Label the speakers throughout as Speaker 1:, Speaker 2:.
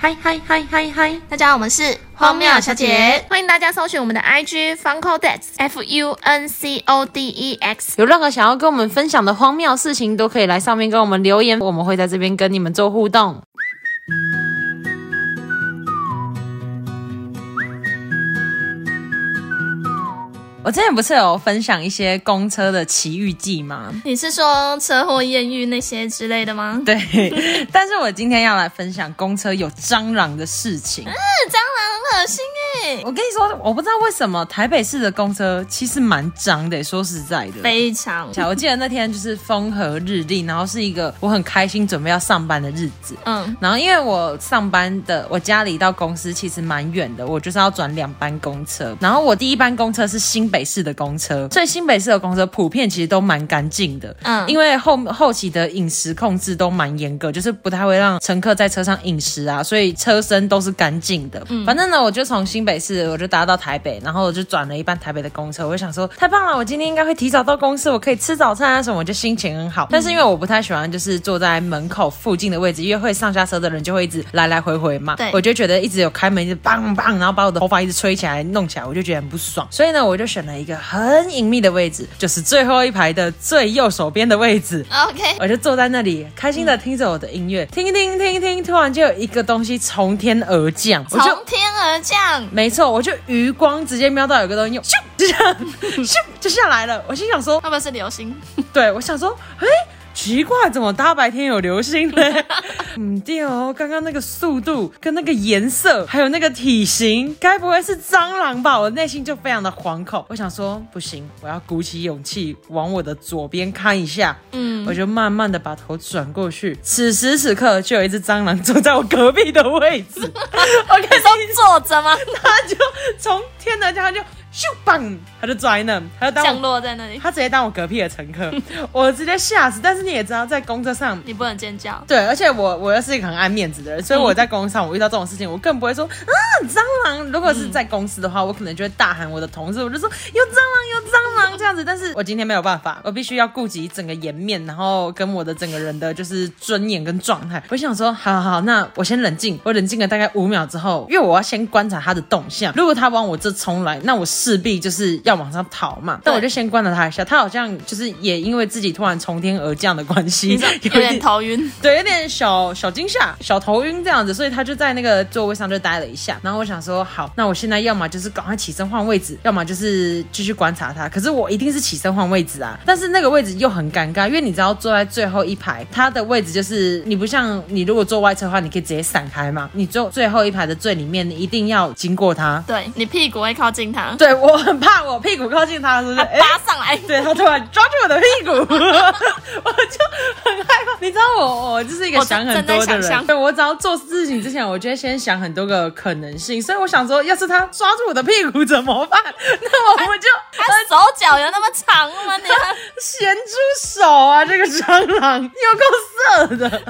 Speaker 1: 嗨嗨嗨嗨嗨！
Speaker 2: 大家好，我们是
Speaker 1: 荒谬小姐，
Speaker 2: 欢迎大家搜寻我们的 IG Funkodex F U N C O D E X。
Speaker 1: 有任何想要跟我们分享的荒谬事情，都可以来上面跟我们留言，我们会在这边跟你们做互动。我之前不是有分享一些公车的奇遇记吗？
Speaker 2: 你是说车祸、艳遇那些之类的吗？
Speaker 1: 对，但是我今天要来分享公车有蟑螂的事情。
Speaker 2: 蟑螂很恶心哎，
Speaker 1: 我跟你说，我不知道为什么台北市的公车其实蛮脏的，说实在的。
Speaker 2: 非常。
Speaker 1: 我记得那天就是风和日丽，然后是一个我很开心准备要上班的日子。
Speaker 2: 嗯，
Speaker 1: 然后因为我上班的，我家里到公司其实蛮远的，我就是要转两班公车。然后我第一班公车是新北市的公车，所以新北市的公车普遍其实都蛮干净的。
Speaker 2: 嗯
Speaker 1: 因为后后期的饮食控制都蛮严格，就是不太会让乘客在车上饮食啊，所以车身都是干净的。反正呢，我就从新北市我就搭到台北，然后我就转了一班台北的公车，我就想说太棒了，我今天应该会提早到公司，我可以吃早餐啊什么，我就心情很好。但是因为我不太喜欢就是坐在门口附近的位置，因为会上下车的人就会一直来来回回嘛，
Speaker 2: 对
Speaker 1: 我就觉得一直有开门一直棒棒，然后把我的头发一直吹起来弄起来，我就觉得很不爽。所以呢，我就选了一个很隐秘的位置，就是最后一排的最右手边的位置。
Speaker 2: OK，
Speaker 1: 我就坐在那里，开心的听着我的音乐，听一听听一听，突然就有一个东西从天而降，我就
Speaker 2: 从天而降，
Speaker 1: 没错，我就余光直接瞄到有个东西，咻就这样，咻就下来了。我心想说，
Speaker 2: 会不会是流星？
Speaker 1: 对我想说，哎。奇怪，怎么大白天有流星呢？ 嗯，对哦，刚刚那个速度跟那个颜色，还有那个体型，该不会是蟑螂吧？我内心就非常的惶恐。我想说，不行，我要鼓起勇气往我的左边看一下。
Speaker 2: 嗯，
Speaker 1: 我就慢慢的把头转过去。此时此刻，就有一只蟑螂坐在我隔壁的位置。 我跟
Speaker 2: 你
Speaker 1: 你
Speaker 2: 说坐着吗？
Speaker 1: 它就从天而降，它就咻棒，它就拽呢，它就当
Speaker 2: 降
Speaker 1: 我，
Speaker 2: 落在那里，
Speaker 1: 它直接当我隔壁的乘客，我直接吓死。但是你也知道，在公车上。
Speaker 2: 你不能尖叫。
Speaker 1: 对，而且我我又是一个很爱面子的人，所以
Speaker 2: 嗯
Speaker 1: 我在公司上我遇到这种事情，我更不会说啊蟑螂。如果
Speaker 2: 嗯
Speaker 1: 是在公司的话，我可能就会大喊我的同事，我就说有蟑螂有蟑螂这样子。但是我今天没有办法，我必须要顾及整个颜面，然后跟我的整个人的就是尊严跟状态。我想说，好好好，那我先冷静，我冷静了大概五秒之后，因为我要先观察它的动向。如果它往我这冲来，那我势必就是要往上逃嘛。但我就先观察它一下，它好像就是也因为自己突然从天而降的关系，
Speaker 2: 有
Speaker 1: 一
Speaker 2: 点头晕，
Speaker 1: 对，有点小小惊吓、小头晕这样子，所以他就在那个座位上就待了一下。然后我想说，好，那我现在要么就是赶快起身换位置，要么就是继续观察他。可是我一定是起身换位置啊，但是那个位置又很尴尬，因为你知道坐在最后一排，他的位置就是你不像你如果坐外侧的话，你可以直接闪开嘛，你坐最后一排的最里面，你一定要经过他。
Speaker 2: 对你屁股会靠近它，
Speaker 1: 对我很怕，我屁股靠近他 的时候就，哎、
Speaker 2: 扒上来。
Speaker 1: 对他突然抓住我的屁股，我 就很害怕。你知道我，我就是一个
Speaker 2: 我
Speaker 1: 想
Speaker 2: 正
Speaker 1: 很多
Speaker 2: 正在想
Speaker 1: 的人。
Speaker 2: 象
Speaker 1: 对我只要做事情之前，我就会先想很多个可能性。所以我想说，要是他抓住我的屁股怎么办？那我们就
Speaker 2: 它手脚有那么长吗？ 你看
Speaker 1: 咸猪手啊！这个蟑螂有够色的。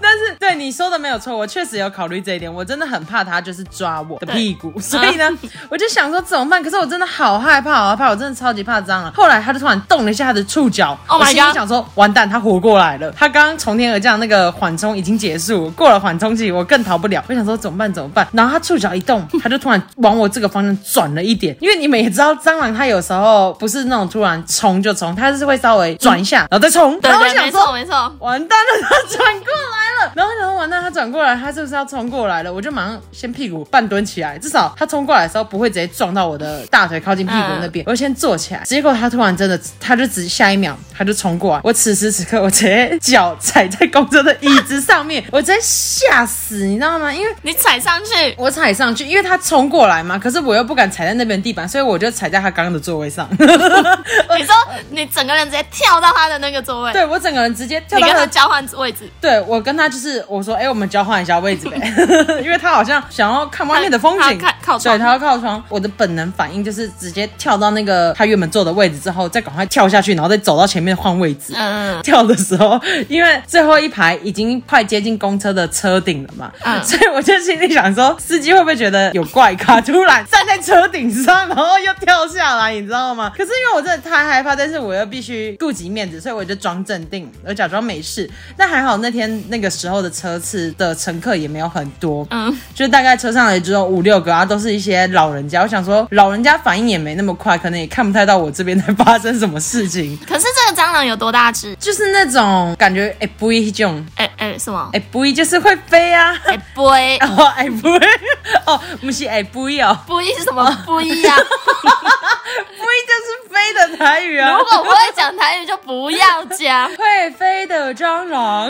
Speaker 1: 但是对你说的没有错，我确实有考虑这一点。我真的很怕他就是抓我的屁股，所以呢，我就想说怎么办？可是我真的好害怕，好害怕，我真的超级怕蟑螂。后来他就突然动了一下他的触角
Speaker 2: Oh
Speaker 1: 我
Speaker 2: my
Speaker 1: 心里
Speaker 2: God
Speaker 1: 想说完蛋，他活过来了。他刚刚从天而降，那个缓冲已经结束，过了缓冲期，我更逃不了。我想说怎么办？怎么办？然后他触角一动，他就突然往我这个方向转了一点，因为你们也知道，蟑螂它有时候不是那种突然冲就冲，它是会稍微转一下，然后再冲。
Speaker 2: 嗯对
Speaker 1: 然后我
Speaker 2: 对，
Speaker 1: 想
Speaker 2: 没
Speaker 1: 说
Speaker 2: 错没错，
Speaker 1: 完蛋了，他转过来了。然后然后完蛋，他转过来，他是不是要冲过来了？我就马上先屁股半蹲起来，至少他冲过来的时候不会直接撞到我的大腿靠近屁股那边。我就先坐起来，结果他突然真的，他就只下一秒他就冲过来。我此时此刻，我直接脚踩在公车的椅子上面，我直接吓死，你知道吗？因为
Speaker 2: 你踩上去，
Speaker 1: 我踩上去，因为他冲过来嘛，可是我又不敢踩在那边的地板，所以我就踩在他刚刚的座位上。
Speaker 2: 你说你整个人直接跳到他的那个座位，
Speaker 1: 对我整个人直接跳
Speaker 2: 你跟
Speaker 1: 到他
Speaker 2: 他
Speaker 1: 的
Speaker 2: 交换位置，
Speaker 1: 对我跟他就是我说，哎、我们 交换一下位置呗，因为他好像想要看外面的风景，
Speaker 2: 他他靠靠窗
Speaker 1: 对，他要靠窗。我的本能能反应就是直接跳到那个他原本坐的位置之后，再赶快跳下去，然后再走到前面换位置。
Speaker 2: 嗯，
Speaker 1: 跳的时候，因为最后一排已经快接近公车的车顶了嘛，
Speaker 2: 嗯
Speaker 1: 所以我就心里想说，司机会不会觉得有怪咖，突然站在车顶上，然后又跳下来，你知道吗？ 可是因为我真的太害怕，但是我又必须顾及面子，所以我就装镇定，我假装没事。但还好那天那个时候的车次的乘客也没有很多，
Speaker 2: 嗯，
Speaker 1: 就大概车上也只有五六个啊，都是一些老人家。我想说，老人家反应也没那么快，可能也看不太到我这边在发生什么事情。
Speaker 2: 可是这个蟑螂有多大只？
Speaker 1: 就是那种感觉，哎、不一种，
Speaker 2: 哎、哎、什么？
Speaker 1: 哎、不一就是会飞啊。
Speaker 2: 哎、不哎、
Speaker 1: 哦，哎不一，哦，不是哎不一哦，
Speaker 2: 不一是什么不一呀、
Speaker 1: 不一就是飞的台语啊
Speaker 2: 如。果不会讲台语就不要 讲。
Speaker 1: 会飞的蟑螂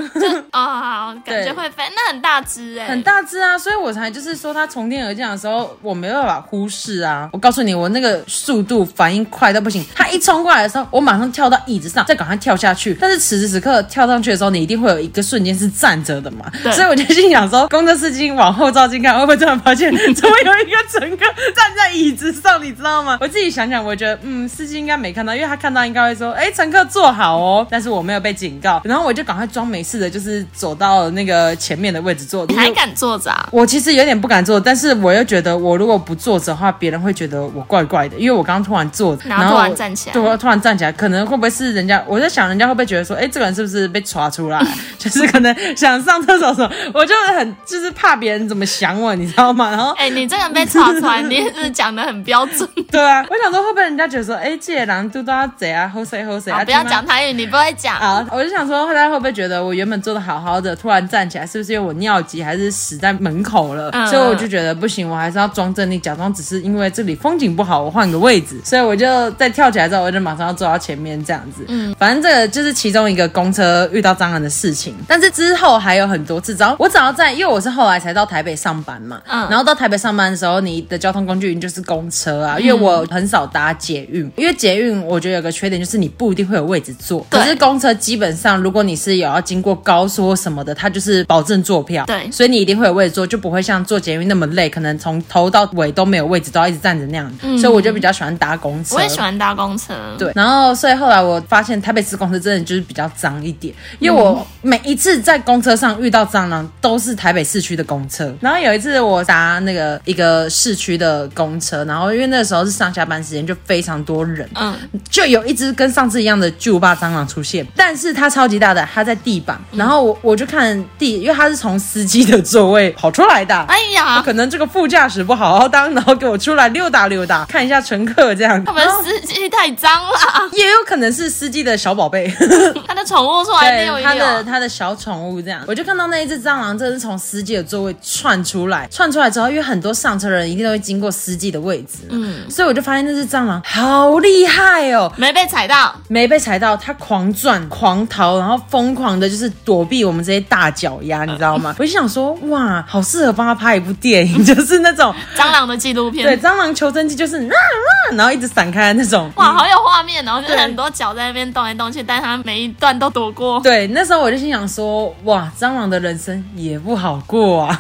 Speaker 2: 哦，好，感觉会飞，那很大只哎、
Speaker 1: 很。大只啊，所以我才就是说它从天而降的时候，我没办法忽视啊。我告诉你，我那个速度反应快到不行，它一冲过来的时候，我马上跳到椅子上，再赶快跳下去。但是此时此刻跳上去的时候，你一定会有一个瞬间是站着的嘛，
Speaker 2: 对
Speaker 1: 所以我就心想说，工作司机往后照镜看，会不会突然发现怎么有一个乘客站在椅子上，你知道吗？我自己想想，我觉得嗯，司机应该没看到，因为他看到应该会说，哎、乘客坐好哦。但是我没有被警告，然后我就赶快装没事的，就是走到那个前面的位置坐。
Speaker 2: 你还敢坐着、啊？
Speaker 1: 我其实有点不敢坐，但是我又觉得我如果不坐着的话，别人会觉得我怪怪的，因为我刚刚突然坐，
Speaker 2: 然后突然站起来
Speaker 1: 对，突然站起来，可能会不会是人家？我在想，人家会不会觉得说，哎，这个人是不是被抓出来？ 就是可能想上厕所什么，我就是很就是怕别人怎么想我，你知道吗？然后。
Speaker 2: 哎、你这个人被查出来，你也是讲的很标 准。
Speaker 1: 对啊，我想说会不会人家觉得说，哎，这个人嘟嘟啊贼啊，好谁好谁啊，
Speaker 2: 好，不要
Speaker 1: 今晚
Speaker 2: 讲台语，你不会讲。
Speaker 1: 好，啊我就想说，大家会不会觉得我原本坐的好好的，突然站起来，是不是因为我尿急还是死在门口了？
Speaker 2: 嗯
Speaker 1: 所以我就觉得不行，我还是要装镇定，假装只是因为这里风景不好，我换个位置。
Speaker 2: 嗯
Speaker 1: 所以我就在跳起来之后，我就马上要坐到前面这样子。嗯，反正这个就是其中一个公车遇到蟑螂的事情，但是之后还有很多次。只要我只要在，因为我是后来才到台北上班嘛，
Speaker 2: 嗯
Speaker 1: 然后到台北上班的时候，你的交通工具一定就是公车啊，因为我很少搭捷运，
Speaker 2: 嗯
Speaker 1: 因为捷运我觉得有个缺点就是你不一定会有位置坐，
Speaker 2: 对
Speaker 1: 可是公车基本上，如果你是有要经过高速或什么的，它就是保证坐票，
Speaker 2: 对
Speaker 1: 所以你一定会有位置坐，就不会像坐捷运那么累，可能从头到尾都没有位置，都要一直站着那样。所以我就比较喜欢搭公
Speaker 2: 嗯
Speaker 1: 车。
Speaker 2: 我也喜欢搭公车。
Speaker 1: 对，然后所以后来我发现台北市公车真的就是比较脏一点，因
Speaker 2: 嗯
Speaker 1: 为我每一次在公车上遇到蟑螂都是台北市区的公车。然后有一次我搭那个一个市区的公车，然后因为那时候是上下班时间，就非常多人，
Speaker 2: 嗯，
Speaker 1: 就有一只跟上次一样的巨无霸蟑螂出现，但是它超级大的，它在地板，然后我我就看地，因为它是从司机的座位跑出来的，
Speaker 2: 哎 呀，
Speaker 1: 可能这个副驾驶不好好当，然后给我出来溜达溜达，看一下乘客这样。
Speaker 2: 他们
Speaker 1: 然后
Speaker 2: 司机太脏了，
Speaker 1: 也有可能是司机的小宝贝，
Speaker 2: 他的宠物出来
Speaker 1: 对
Speaker 2: 遛一
Speaker 1: 他的
Speaker 2: 遛。
Speaker 1: 他的小宠物这样，我就看到那一只蟑螂，真的是从司机的座位窜出来，窜出来之后，因为很多上车人一定都会经过司机的位置，嗯，所以我就发现那只蟑螂好厉害哦，
Speaker 2: 没被踩到，
Speaker 1: 没被踩到，他狂转、狂逃，然后疯狂的就是躲避我们这些大脚丫，你知道
Speaker 2: 嗯
Speaker 1: 吗？我就想说，哇，好适合帮他拍一部 电影，就是那种
Speaker 2: 蟑螂的纪录
Speaker 1: 对
Speaker 2: 片，
Speaker 1: 蟑螂求生记，就是啊啊，然后一直闪开的那种。
Speaker 2: 哇，好有画面哦，就是
Speaker 1: 嗯对
Speaker 2: 很多脚在那边动来动去，但他每一段都躲过。
Speaker 1: 对，那时候我就心想说，哇，蟑螂的人生也不好过啊。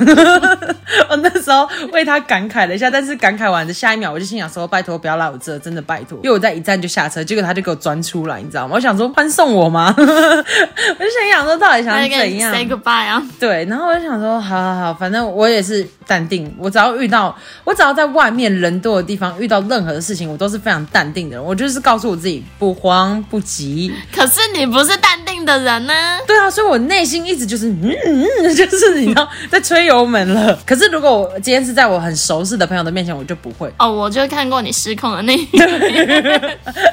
Speaker 1: 我那时候为他感慨了一下，但是感慨完的下一秒，我就心想说，拜托不要来我这，真的拜托，因为我在一站就下车，结果他就给我钻出来，你知道吗？我想说欢送我吗？ 我就心想说，到底想
Speaker 2: 他就跟
Speaker 1: 怎
Speaker 2: 你
Speaker 1: 样？
Speaker 2: say goodbye 啊，
Speaker 1: 对，然后我就想说，好好好，反正我也是淡定。我只要遇到，我只要在外面人多的地方遇到任何的事情，我都是非常淡定的人。我就是告诉我自己不慌不急。
Speaker 2: 可是你不是淡定的人呢、
Speaker 1: 对啊，所以我内心一直就是，嗯，嗯就是你知道在吹油门了。可是如果我今天是在我很熟识的朋友的面前，我就不会，
Speaker 2: 哦，我就看过你失控的那 一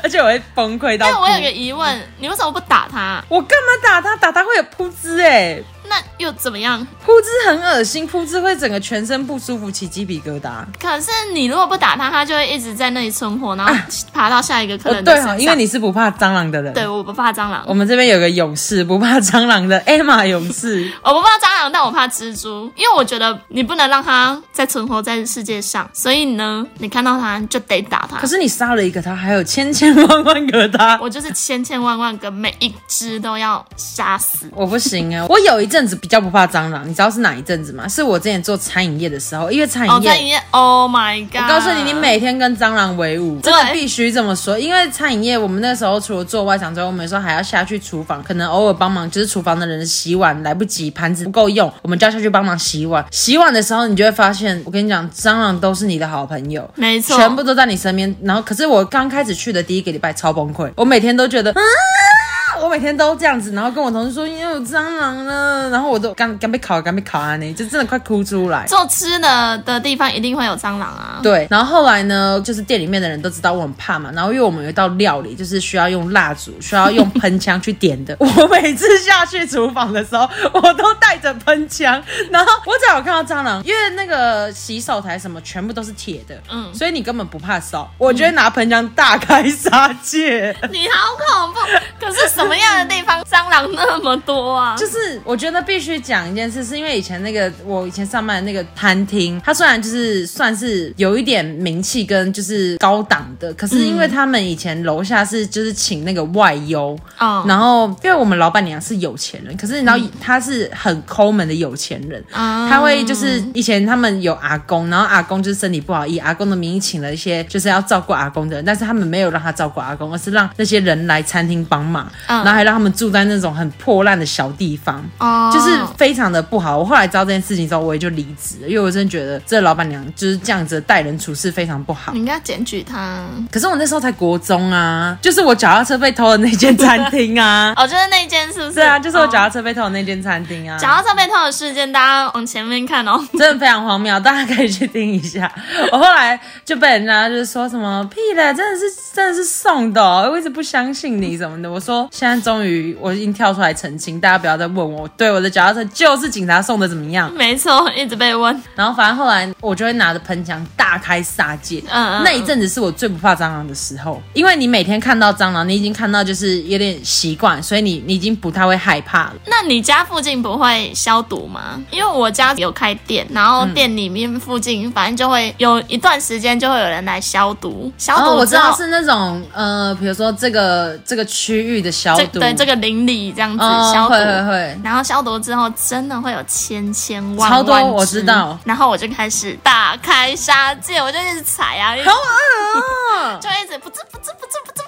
Speaker 1: 而且我会崩溃到
Speaker 2: 但
Speaker 1: 哭。
Speaker 2: 我有个疑问，你为什么不打他？
Speaker 1: 我干嘛打他？打他会有噗嗤哎、
Speaker 2: 那又怎么样？
Speaker 1: 噗嗤很恶心，噗嗤会整个全身不舒服，起鸡皮疙瘩。
Speaker 2: 可是你如果不打他，他就会一直在那里存活，然后爬到下一个客
Speaker 1: 啊哦，
Speaker 2: 人的
Speaker 1: 对
Speaker 2: 身
Speaker 1: 哈、
Speaker 2: 上。
Speaker 1: 因为你是不怕蟑螂的人。
Speaker 2: 对，我不怕蟑螂，
Speaker 1: 我们这边有个勇士，不怕蟑螂的 Emma 勇士。
Speaker 2: 我不怕蟑螂，但我怕蜘蛛，因为我觉得你不能让它再存活在世界上，所以呢，你看到它就得打它
Speaker 1: 可。是你杀了一个他，还有千千万万个 他。
Speaker 2: 我就是千千万万个每一只都要杀死。
Speaker 1: 我不行啊！我有一阵阵子比较不怕蟑螂，你知道是哪一阵子吗？是我之前做餐饮业的时候，因为餐
Speaker 2: 哦，
Speaker 1: 饮业。
Speaker 2: 在营业，Oh my god！
Speaker 1: 哎我告诉你，你每天跟蟑螂为伍，真的
Speaker 2: 对
Speaker 1: 必须这么说。因为餐饮业，我们那时候除了做外场之外，我们有时候还要下去厨房，可能偶尔帮忙，就是厨房的人洗碗来不及，盘子不够用，我们就要下去帮忙洗碗。洗碗的时候，你就会发现，我跟你讲，蟑螂都是你的好朋友。
Speaker 2: 没错，
Speaker 1: 全部都在你身边，然后可是我刚开始去的第一个礼拜超崩溃，我每天都觉
Speaker 2: 嗯
Speaker 1: 得，啊、我每天都这样子，然后跟我同事说因为有蟑螂了，然后我都刚刚被烤，刚被烤啊，你就真的快哭出来。
Speaker 2: 做吃的的地方一定会有蟑螂啊。
Speaker 1: 对，然后后来呢，就是店里面的人都知道我很怕嘛，然后因为我们有一道料理就是需要用蜡烛，需要用喷枪去点的。 我每次下去厨房的时候，我都带着喷枪，然后我只要有看到蟑螂，因为那个洗手台什么全部都是铁的，嗯，
Speaker 2: 嗯
Speaker 1: 所以你根本不怕烧。我就会拿喷枪大开杀戒。
Speaker 2: 你好恐怖！可是什么样的地方蟑螂那么多啊？
Speaker 1: 就是我觉得必须讲一件事，是因为以前那个我以前上班的那个餐厅，它虽然就是算是有一点名气跟就是高档的，可是因为他们以前楼下是就是请那个外优，
Speaker 2: 哦，
Speaker 1: 然后因为我们老板娘是有钱人，可是你知道她是很抠门的有钱人，
Speaker 2: 嗯
Speaker 1: 他会就是以前他们有阿公，然后阿公就是身体不好，以阿公的名义请了一些就是要照顾阿公的人，但是他们没有让他照顾阿公，而是让那些人来餐厅帮忙，
Speaker 2: 嗯
Speaker 1: 然后还让他们住在那种很破烂的小地方。
Speaker 2: 哦，
Speaker 1: 就是非常的不好。我后来知道这件事情之后，我也就离职了，因为我真的觉得这老板娘就是这样子的待人处事非常不好
Speaker 2: 你。应该检举他。，
Speaker 1: 可是我那时候才国中啊，就是我脚踏车被偷的那间餐厅啊
Speaker 2: 哦，就是那间是不是？
Speaker 1: 对啊，就是我
Speaker 2: 哦
Speaker 1: 脚踏车被偷的那间餐厅啊，
Speaker 2: 讲到这被偷的事件，大家往前面看哦。
Speaker 1: 真的非常荒谬，大家可以去听一下。 我后来就被人家就是说什么屁嘞，真的是真的是送的哦、我一直不相信你什么的。我说现在终于我已经跳出来澄清，大家不要再问我，对我的脚踏车就是警察送的，怎么样？
Speaker 2: 没错，一直被问。
Speaker 1: 然后反正后来我就会拿着喷枪大开杀戒。
Speaker 2: 嗯嗯
Speaker 1: 那一阵子是我最不怕蟑螂的时候，因为你每天看到蟑螂，你已经看到就是有点习惯，所以你你已经不太会害怕了。
Speaker 2: 那你家附近不会消毒吗？因为我家有开店，然后店里面附近反正就会有一段时间就会有人来消毒。消
Speaker 1: 然后
Speaker 2: 毒
Speaker 1: 哦我知
Speaker 2: 之后
Speaker 1: 道是那种呃，比如说这个这个区域的消
Speaker 2: 这
Speaker 1: 毒，
Speaker 2: 对这个邻里这样子
Speaker 1: 哦
Speaker 2: 消毒。
Speaker 1: 会会会。
Speaker 2: 然后消毒之后，真的会有千千万万
Speaker 1: 超多
Speaker 2: 只
Speaker 1: 我知道
Speaker 2: 然后我就开始大开杀戒，我就一直踩啊，一直
Speaker 1: 好恶哦、
Speaker 2: 就一直不知不知不知不知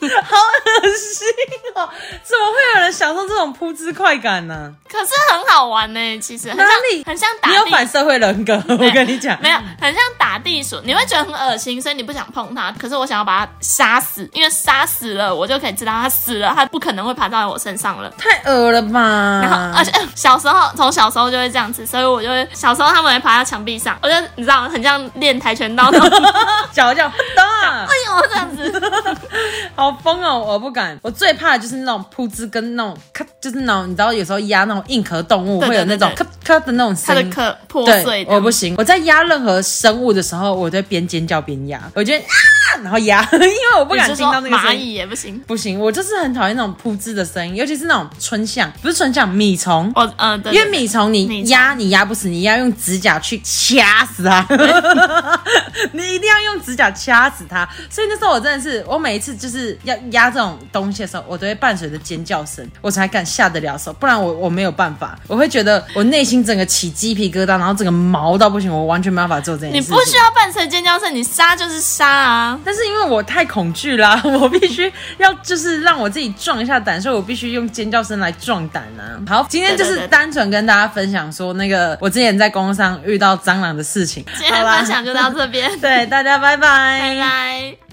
Speaker 2: 不知。
Speaker 1: 好恶心哦！怎么会有人享受这种扑哧快感呢、
Speaker 2: 可是很好玩呢、其实很
Speaker 1: 哪
Speaker 2: 像
Speaker 1: 里
Speaker 2: 很像打
Speaker 1: 你有
Speaker 2: 地
Speaker 1: 反社会人格，我跟你讲，
Speaker 2: 没有，很像打地鼠，你会觉得很恶心，所以你不想碰它。可是我想要把它杀死，因为杀死了，我就可以知道它死了，它不可能会爬到我身上了。
Speaker 1: 太恶了吧？
Speaker 2: 然后，而且、小时候从小时候就会这样子，所以我就会小时候他们会爬到墙壁上，我就你知道，很像练跆拳道那种，
Speaker 1: 脚脚不动啊。
Speaker 2: 哎呦这样子，
Speaker 1: 好疯哦！我不敢，我最怕的就是那种噗嗤跟那种咔，就是那种你知道有时候压那种硬壳动物
Speaker 2: 对对
Speaker 1: 会有那种
Speaker 2: 对
Speaker 1: 咔咔的那种
Speaker 2: 它
Speaker 1: 声
Speaker 2: 的
Speaker 1: 音。
Speaker 2: 壳破碎
Speaker 1: 对，
Speaker 2: 的，
Speaker 1: 我不行。我在压任何生物的时候，我在边尖叫边压，我觉得啊，然后压， 因为我不
Speaker 2: 你
Speaker 1: 敢
Speaker 2: 是
Speaker 1: 听
Speaker 2: 说
Speaker 1: 到那个
Speaker 2: 蚂
Speaker 1: 声音。
Speaker 2: 蚁也不行，
Speaker 1: 不行，我就是很讨厌那种噗嗤的声音，尤其是那种春象，不是春象，米虫。
Speaker 2: 我嗯、呃、对，
Speaker 1: 因为米虫你
Speaker 2: 米虫
Speaker 1: 压你压不死，你要用指甲去掐死它， 你一定要用指甲掐死它。所以那时候我真的是，我每一次就是要压这种东西的时候，我都会伴随着尖叫声，我才敢下得了手，不然我我没有办法，我会觉得我内心整个起鸡皮疙瘩，然后整个毛到不行，我完全没办法做这件
Speaker 2: 你
Speaker 1: 事情。
Speaker 2: 不需要伴随尖叫声，你杀就是杀啊，
Speaker 1: 但是因为我太恐惧啦、 我必须要就是让我自己壮一下胆，所以我必须用尖叫声来壮胆啊。好，今天就
Speaker 2: 对对
Speaker 1: 是
Speaker 2: 对
Speaker 1: 单纯跟大家分享说那个我之前在公司上遇到蟑螂的事情。
Speaker 2: 今天
Speaker 1: 好
Speaker 2: 的
Speaker 1: 啦
Speaker 2: 分享就到这边，
Speaker 1: 对大家拜拜
Speaker 2: 拜拜。